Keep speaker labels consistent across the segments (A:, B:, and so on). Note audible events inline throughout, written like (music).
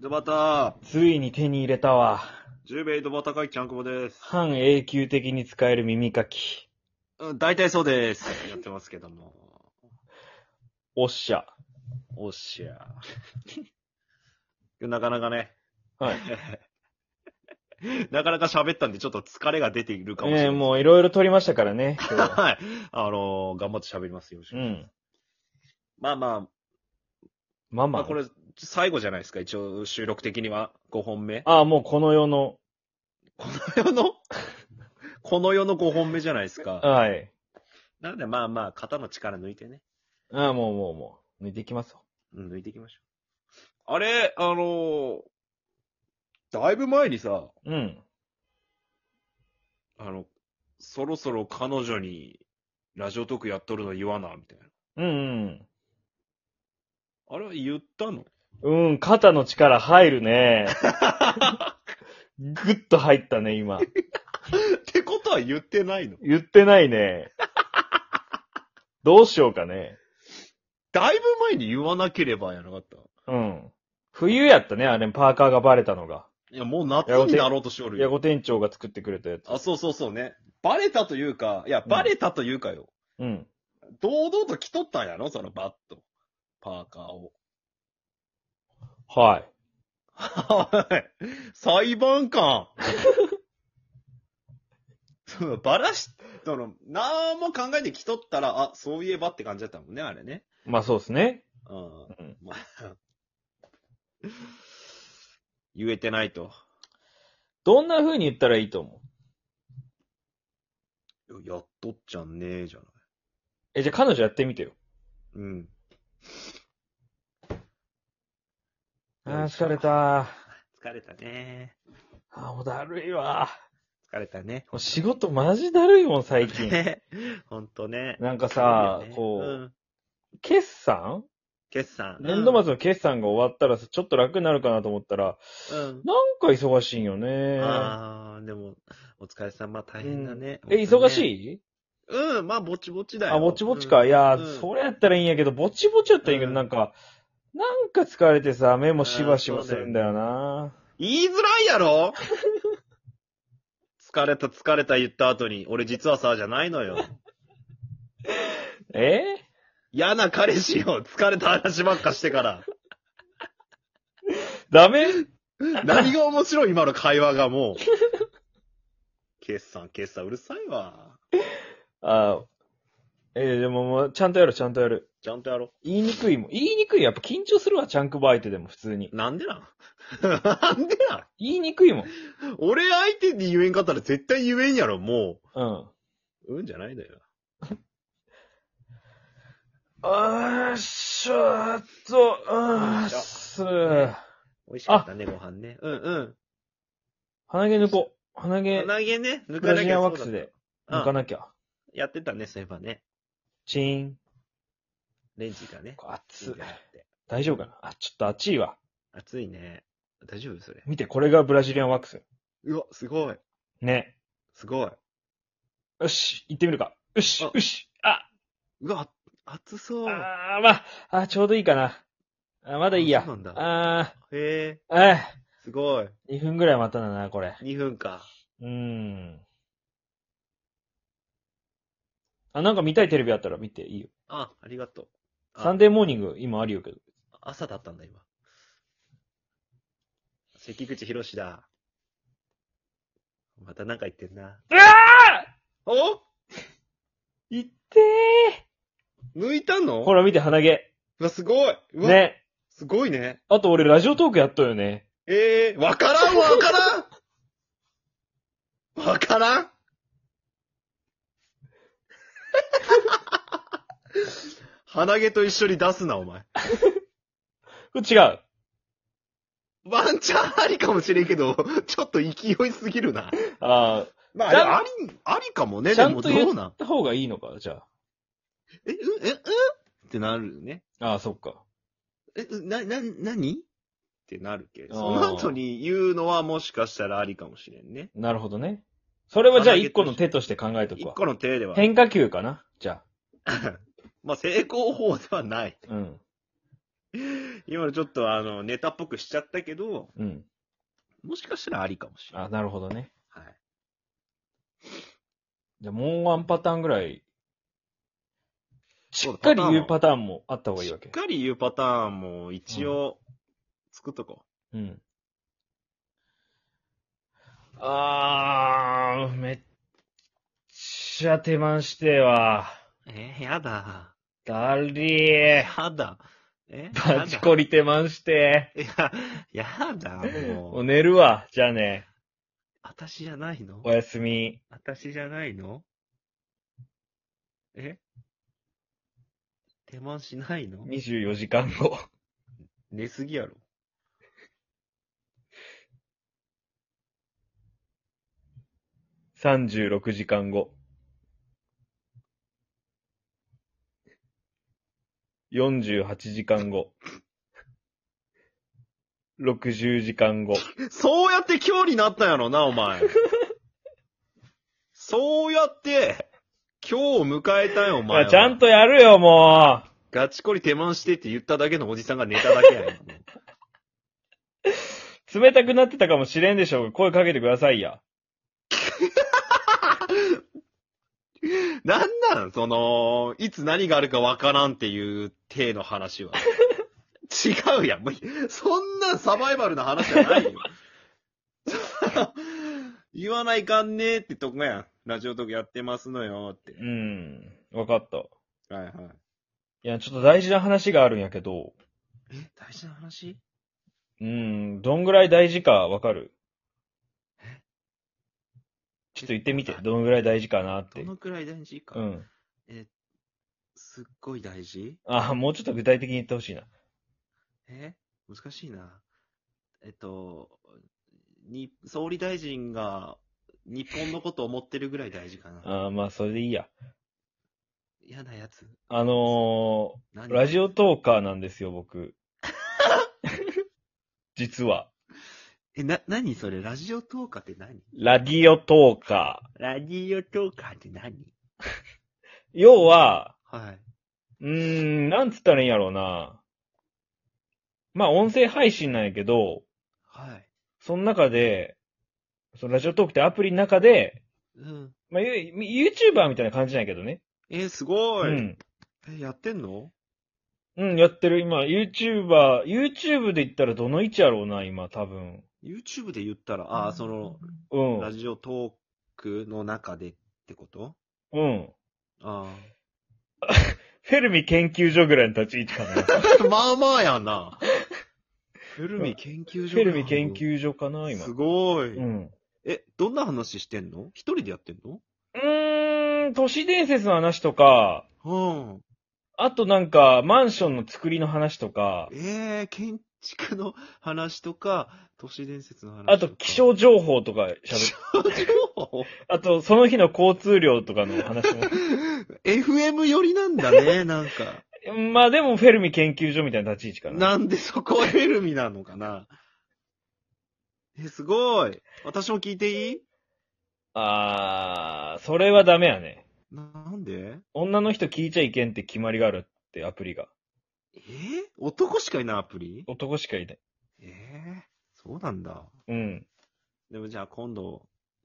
A: ドバタ
B: ついに手に入れたわ。
A: ー、10名ドバタ会キャンクボです。
B: 半永久的に使える耳かき。
A: うん、大体そうです。やってますけども。
B: おっしゃ。
A: おっしゃ。 (laughs) なかなかね、
B: はい。
A: (laughs) なかなか喋ったんでちょっと疲れが出ているかもしれ
B: え
A: な
B: え
A: い。
B: もういろいろ撮りましたからね。今日
A: (laughs)
B: は
A: はい。あのー頑張って喋りますよ。よろしく
B: う
A: お願いし
B: ん。
A: ますまあまあ、
B: マ
A: ま
B: マ。
A: あこれ、最後じゃないですか。一応、収録的には5本目。
B: ああ、もうこの世の。
A: この世の (laughs) この世の5本目じゃないですか。
B: はい。
A: なんでまあまあ、肩の力抜いてね。
B: ああ、もうもうもう。抜いていきますよ。
A: うん、抜いていきましょう。あれ、あのーだいぶ前にさ、
B: うん。
A: あの、そろそろ彼女にラジオトークやっとるの言わな、みたいな。
B: うん
A: あれは言ったの
B: うん。うん、肩の力入るね。ぐっと入ったね、今。
A: ってことは言ってないの
B: 言ってないね。どうしようかね。
A: だいぶ前に言わなければやなかった。
B: うん。冬やったね、あれ、パーカーがバレたのが。
A: いや、もう夏になろうとしおる
B: 矢
A: よ。
B: 後店長が作ってくれたやつ。
A: あ、そうそうそうね。バレたというか、いや、バレたというかよ。
B: うん。
A: 堂々と着とったんやろそのバッと。パーカーを。
B: はい。
A: はい。 (laughs) 裁判官。 (laughs) そのバラし、その、なんも考えてきとったら、あ、そういえばって感じだったもんね、あれね。
B: まあそうですね。
A: うん。
B: うん
A: まあ、 (laughs) 言えてないと。
B: どんな風に言ったらいいと思う
A: やっとっちゃんねえじゃない。
B: え、じゃあ彼女やってみてよ。
A: うん。
B: あー疲れ。た。あ
A: 疲れたね。
B: ーもうだるいわ。
A: 疲れたね。
B: もう仕事マジだるいもん、
A: (laughs)
B: 最近。
A: ねほんとね。
B: なんかさ
A: いいよね、
B: こう、
A: ん
B: 決算
A: 決算。
B: 年度末の決算が終わったらさちょっと楽になるかなと思ったら、
A: 末。うん。
B: なんか忙しいんよね。
A: ああ、でも、お疲れ様大変だね。
B: え、忙し
A: い
B: い
A: うん、まあ、ぼちぼちだよ。
B: あ、ぼちぼちか。いやー、
A: うん
B: それやったらいいんやけど、ぼちぼちやったらいいけ
A: う
B: ど、
A: ん
B: なんか、なんか疲れてさ、目もしばしばするんだよな。
A: 言いづらいやろ (laughs) 疲れた疲れた言った後に、俺実はさ、じゃないのよ。
B: え
A: 嫌な彼氏よ。疲れた話ばっかしてから。
B: ダメ
A: 何が面白い今の会話がもう。決算、決算、うるさいわ。
B: あえーでももう、ちゃんとやる、ちゃんとやる。
A: ちゃんとやろ
B: 言いにくいもん。言いにくい。やっぱ緊張するわ、チャンクバ相手でも普通に
A: う。。なんでなん (laughs) なんでなん
B: 言いにくいもん。
A: 俺相手に言えんかったら絶対言えんやろ、も
B: うん。
A: う。うんじゃないのよ。
B: あーしょーっと、あーっすー。
A: 美味しかったね、ご飯ね。うんうん。
B: 鼻毛抜こう。鼻毛、
A: 投げね、抜
B: ブ
A: か
B: ラ
A: な
B: ジ
A: き
B: リ
A: ゃ
B: アン
A: そ
B: ワ
A: うだ
B: ック
A: った
B: スで
A: うん
B: 抜かなきゃ。
A: やってたね、そういえばね。
B: チーン。
A: レンジがね。
B: 熱
A: い
B: い
A: いねって
B: 大丈夫かなあ、ちょっと熱いわ。
A: 暑いね。大丈夫それ。
B: 見て、これがブラジリアンワックス。
A: うわ、すごい。
B: ね。
A: すごい。
B: よし、行ってみるか。よし
A: あ、
B: よし。あ、
A: うわ、暑そう。へ
B: あー、まあ、あー、ちょうどいいかな。あーまだいいや。
A: あそうなんだ
B: あ
A: え、
B: ー、あ
A: すごい。
B: ー、2分ぐらい待たなな、これ。
A: 2分か。
B: うーん。あ、なんか見たいテレビあったら見ていいよ。
A: あ、ありがとう。あ
B: サンデーモーニング今あるよけど。
A: 朝だったんだ、今。関口博士だ。またなんか言ってんな。
B: うわあ
A: お
B: いって
A: 抜いた
B: ー
A: の
B: ほ
A: ら。
B: ら見て鼻毛。
A: うわ、すごい。うわ、
B: ね。
A: すごいね。
B: あと俺ラジオトークやっとよね。
A: ええわからん、わからんわからん鼻毛と一緒に出すな、お前。
B: これ違う。
A: ワンチャンありかもしれんけど、ちょっと勢いすぎるな。
B: あ
A: まあ、
B: ちゃん
A: でもあり、ありかもね、
B: ちゃ
A: で
B: ん
A: も
B: と
A: ど
B: 言う
A: うなん
B: あ、方がいいのか、じゃ
A: え、う、え、うってなるよね。
B: あ。ああ、そっか。
A: え、うな、な、なにってなるけど、
B: あー
A: その後に言うのはもしかしたらありかもしれんね。
B: なるほどね。それはじゃあ一個の手として考えとく
A: 一
B: わ。
A: 個の手では。
B: 変化球かなじゃあ。
A: まあ、成功法ではない。
B: うん。
A: 今のちょっとあの、ネタっぽくしちゃったけど、
B: うん。
A: もしかしたらありかもしれない。
B: あ、なるほどね。
A: はい。
B: じゃあもうワンパターンぐらい、しっかり言うパターンもあった方がいい
A: し
B: わ
A: っ
B: け。
A: かり言うパターンも一応、作っとこ
B: うん。あー、めっちゃ手間してえわ。
A: う。えー、やだ。
B: だりー。
A: やだ。え
B: バチコリ手間して。
A: いや、やだ、も
B: も
A: う。
B: う寝るわ。じゃあね。
A: 私じゃないの
B: おやすみ。
A: 私じゃないのえ手間しないの
B: 24時間後。
A: 寝すぎやろ。
B: 36時間後。48時間後。60時間後。
A: そうやって今日になったんやろな、お前。そうやって、今日を迎えたんよ、お前
B: ま
A: は。
B: あ、ちゃんとやるよ、も
A: ガチコリ手間してって言っただけのおじさんが寝ただけやん。
B: (laughs)
A: もう
B: う。冷たくなってたかもしれんでしょうが声かけてくださいや。
A: なんなんその、いつ何があるかわからんっていう体の話は。違うやん。もうそんなサバイバルな話じゃないよ。 (laughs) 言わないかんねーってとこやん。ラジオトークやってますのよって
B: う。ん。わかった。い
A: はいはい。
B: や、ちょっと大事な話があるんやけど。
A: え、大事な話
B: うん。どんぐらい大事かわかるちょっと言ってみて。どんぐらい大事かなって
A: ど。のくらい大事か。
B: うん。
A: すっごい大事
B: あ、もうちょっと具体的に言ってほしいな。
A: え難しいな。えっと、に、総理大臣が日本のことを思ってるぐらい大事かな。
B: あーまあ、それでいいや。
A: 嫌なやつ。
B: あの
A: 何
B: ー、ラジオトーカーなんですよ、 (laughs) 僕。実は。
A: え、な、何それラジオトーカーって何
B: ラディオトーカー。
A: ラジオトーカーって何
B: 要は、
A: はい。
B: うーん、なんつったらいいんやろうな。まあ、音声配信なんやけど、
A: はい。
B: その中で、そのラジオトークってアプリの中で、
A: うん。
B: まあ、ユ YouTuber みたいな感じなんやけどね。
A: えすご
B: う
A: い、
B: ん。
A: え、やってんの
B: うん、やってる。今、YouTuber、YouTube で言ったらどの位置やろうな、今、多分。
A: ?YouTube で言ったら、ああ、その、
B: うん。
A: ラジオトークの中でってこと
B: うん。
A: あ
B: フェルミ研究所ぐらいの立ち位置かな。
A: あ。 (laughs) まあまあやな。フェルミ研究所
B: フェルミ研究所かな、今
A: す。ごい。
B: うん。
A: え、どんな話してんの一人でやってんの
B: うーん、都市伝説の話とか、
A: うん。
B: あとなんか、マンションの作りの話とか、
A: えー、建築の話とか、都市伝説の話か
B: あと気象情報とか
A: 気
B: 喋る。
A: 象情報
B: あと、その日の交通量とかの話も。
A: FM 寄りなんだ
B: (laughs)
A: ね、なんか。
B: まあでも、フェルミ研究所みたいな立ち位置かな。
A: なんでそこはフェルミなのかな。え、すごい。私も聞いていい
B: あー、それはダメやね。
A: なんで
B: 女の人聞いちゃいけんって決まりがあるって、アプリが。
A: えー男しかいないアプリ
B: 男しかいない。
A: えー、そうなんだ。
B: うん。
A: でもじゃあ今度、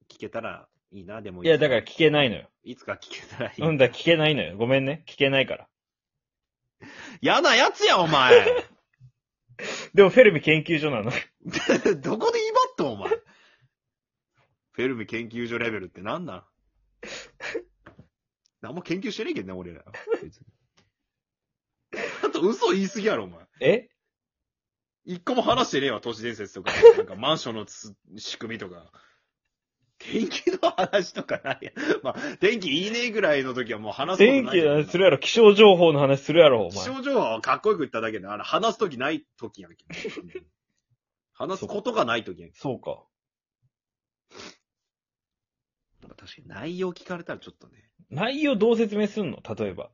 A: 聞けたらいいな、でも
B: いや、だから聞けないのよ。
A: いつか聞けたらいい。
B: うんだ、聞けないのよ。ごめんね。聞けないから。
A: 嫌なやつや、お前
B: (laughs) でも、フェルミ研究所なの。
A: どこで威張っとん、お前フェルミ研究所レベルってなんなん何も研究してねえけどね、俺ら。別にあと嘘言いすぎやろ、お前。
B: (laughs) え
A: 一個も話してねえわ、都市伝説とか。なんかマンションのつ仕組みと
B: (laughs)
A: か。天気の話とかないやん。まあ、天気いいねえぐらいの時はもう話すことない
B: 天
A: よ。
B: 気の話するやろ、気象情報の話するやろ、お
A: 気
B: 前。
A: 象情報はかっこよく言っただけで、あの、話すときないときやん (laughs) け。話すことがないときやんけ。
B: そうか。
A: 確かに内容聞かれたらちょっとね。
B: 内容どう説明すんの例えば。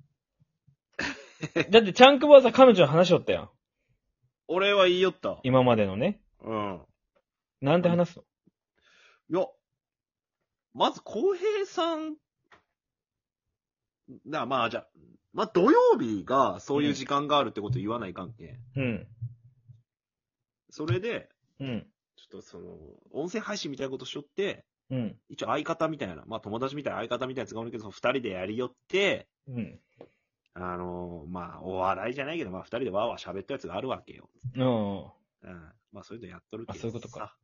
B: (laughs) だって、チャンクボはさ、彼女の話しよったやん。
A: 俺は言いよった。
B: 今までのね。
A: うん。
B: なんて話すの
A: いや、まず、浩平さん、な、まあ、じゃあ、まあ、土曜日がそういう時間があるってこと言わない関係。
B: うん。
A: それで、
B: うん。
A: ちょっとその、音声配信みたいなことしよって、
B: うん。
A: 一応相方みたいな、まあ友達みたいな相方みたいなやつがおるけど、その二人でやりよって、
B: うん。
A: あのーまあ、お笑いじゃないけど、まあ二人でわーわー喋ったやつがあるわけよ。
B: うん。
A: うん。まあそういうのやっとるけど。
B: あそういうことか。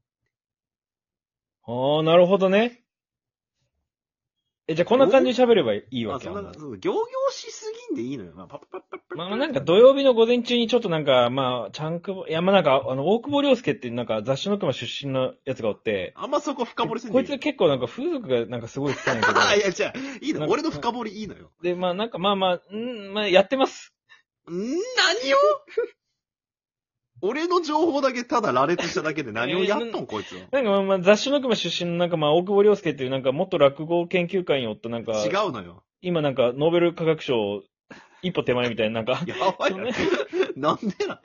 B: ああ、なるほどね。え、じゃあこんな感じで喋ればいい
A: ま
B: わ
A: あ
B: け
A: そ
B: あ
A: ん
B: ん
A: な、
B: ま
A: その行々しすぎんでいいのよ。まあパッパッパッパッパッ
B: まあまあなんか土曜日の午前中にちょっとなんか、まあ、ちゃんくぼ、いやまあなんか、あの、大久保良介っていうなんか雑誌の熊出身のやつがおって、
A: あんまそこ深掘りせんで
B: こ
A: い
B: い
A: い。
B: つ結構なんか風俗がなんかすごい好きなんやけ
A: (laughs)
B: ど、
A: あいや、じゃあ、いい
B: な
A: の。
B: んか
A: 俺の深掘りいいのよ。
B: で、まあなんかまあまあ、うん、まあやってます。
A: ん何を俺の情報だけただ羅列しただけで何をやっとん、こいつは。
B: なんかまあまあ雑誌の熊出身のなんかまあ大久保良介っていうなんか元落語研究会におったなんか、
A: 違うのよ。
B: 今なんかノーベル科学賞一歩手前みたいななんか、
A: やばいな。なんでな。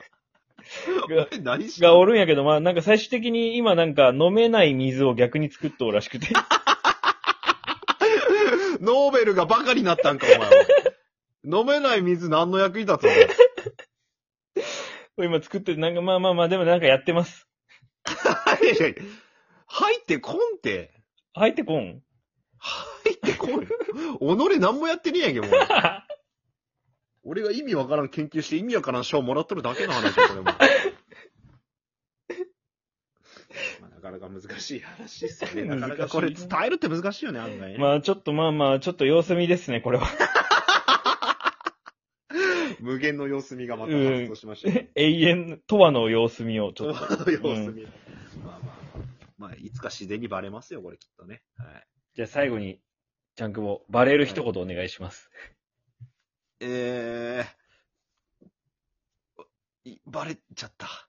A: 俺何し
B: がおるんやけど、まあなんか最終的に今なんか飲めない水を逆に作っとうらし (laughs) くて。
A: (laughs) ノーベルがバカになったんか、お前は。飲めない水何の役に立つの
B: 今作ってて、なんかまあまあまあ、でもなんかやってます。
A: 入ってこんて。
B: 入ってこ (laughs) ん
A: 入ってこんよ。己何もやってねえやんけ、もう。俺が意味わからん研究して意味わからん賞もらっとるだけの話よ、これも。まあなかなか難しい話ですよね。なかなかこれ伝えるって難しいよね、案外ね。
B: まあちょっとまあまあ、ちょっと様子見ですね、これ (laughs) は。
A: 無限の様子見がまた発動しました (laughs) ね。
B: 永遠、とわの様子見を、ちょっと。
A: と。様子見。まあまあ。まあ、いつか自然にバレますよ、これきっとね。はい。
B: じゃあ最後に、ちゃんくぼ、バレる一言お願いします。
A: えー、いバレちゃった。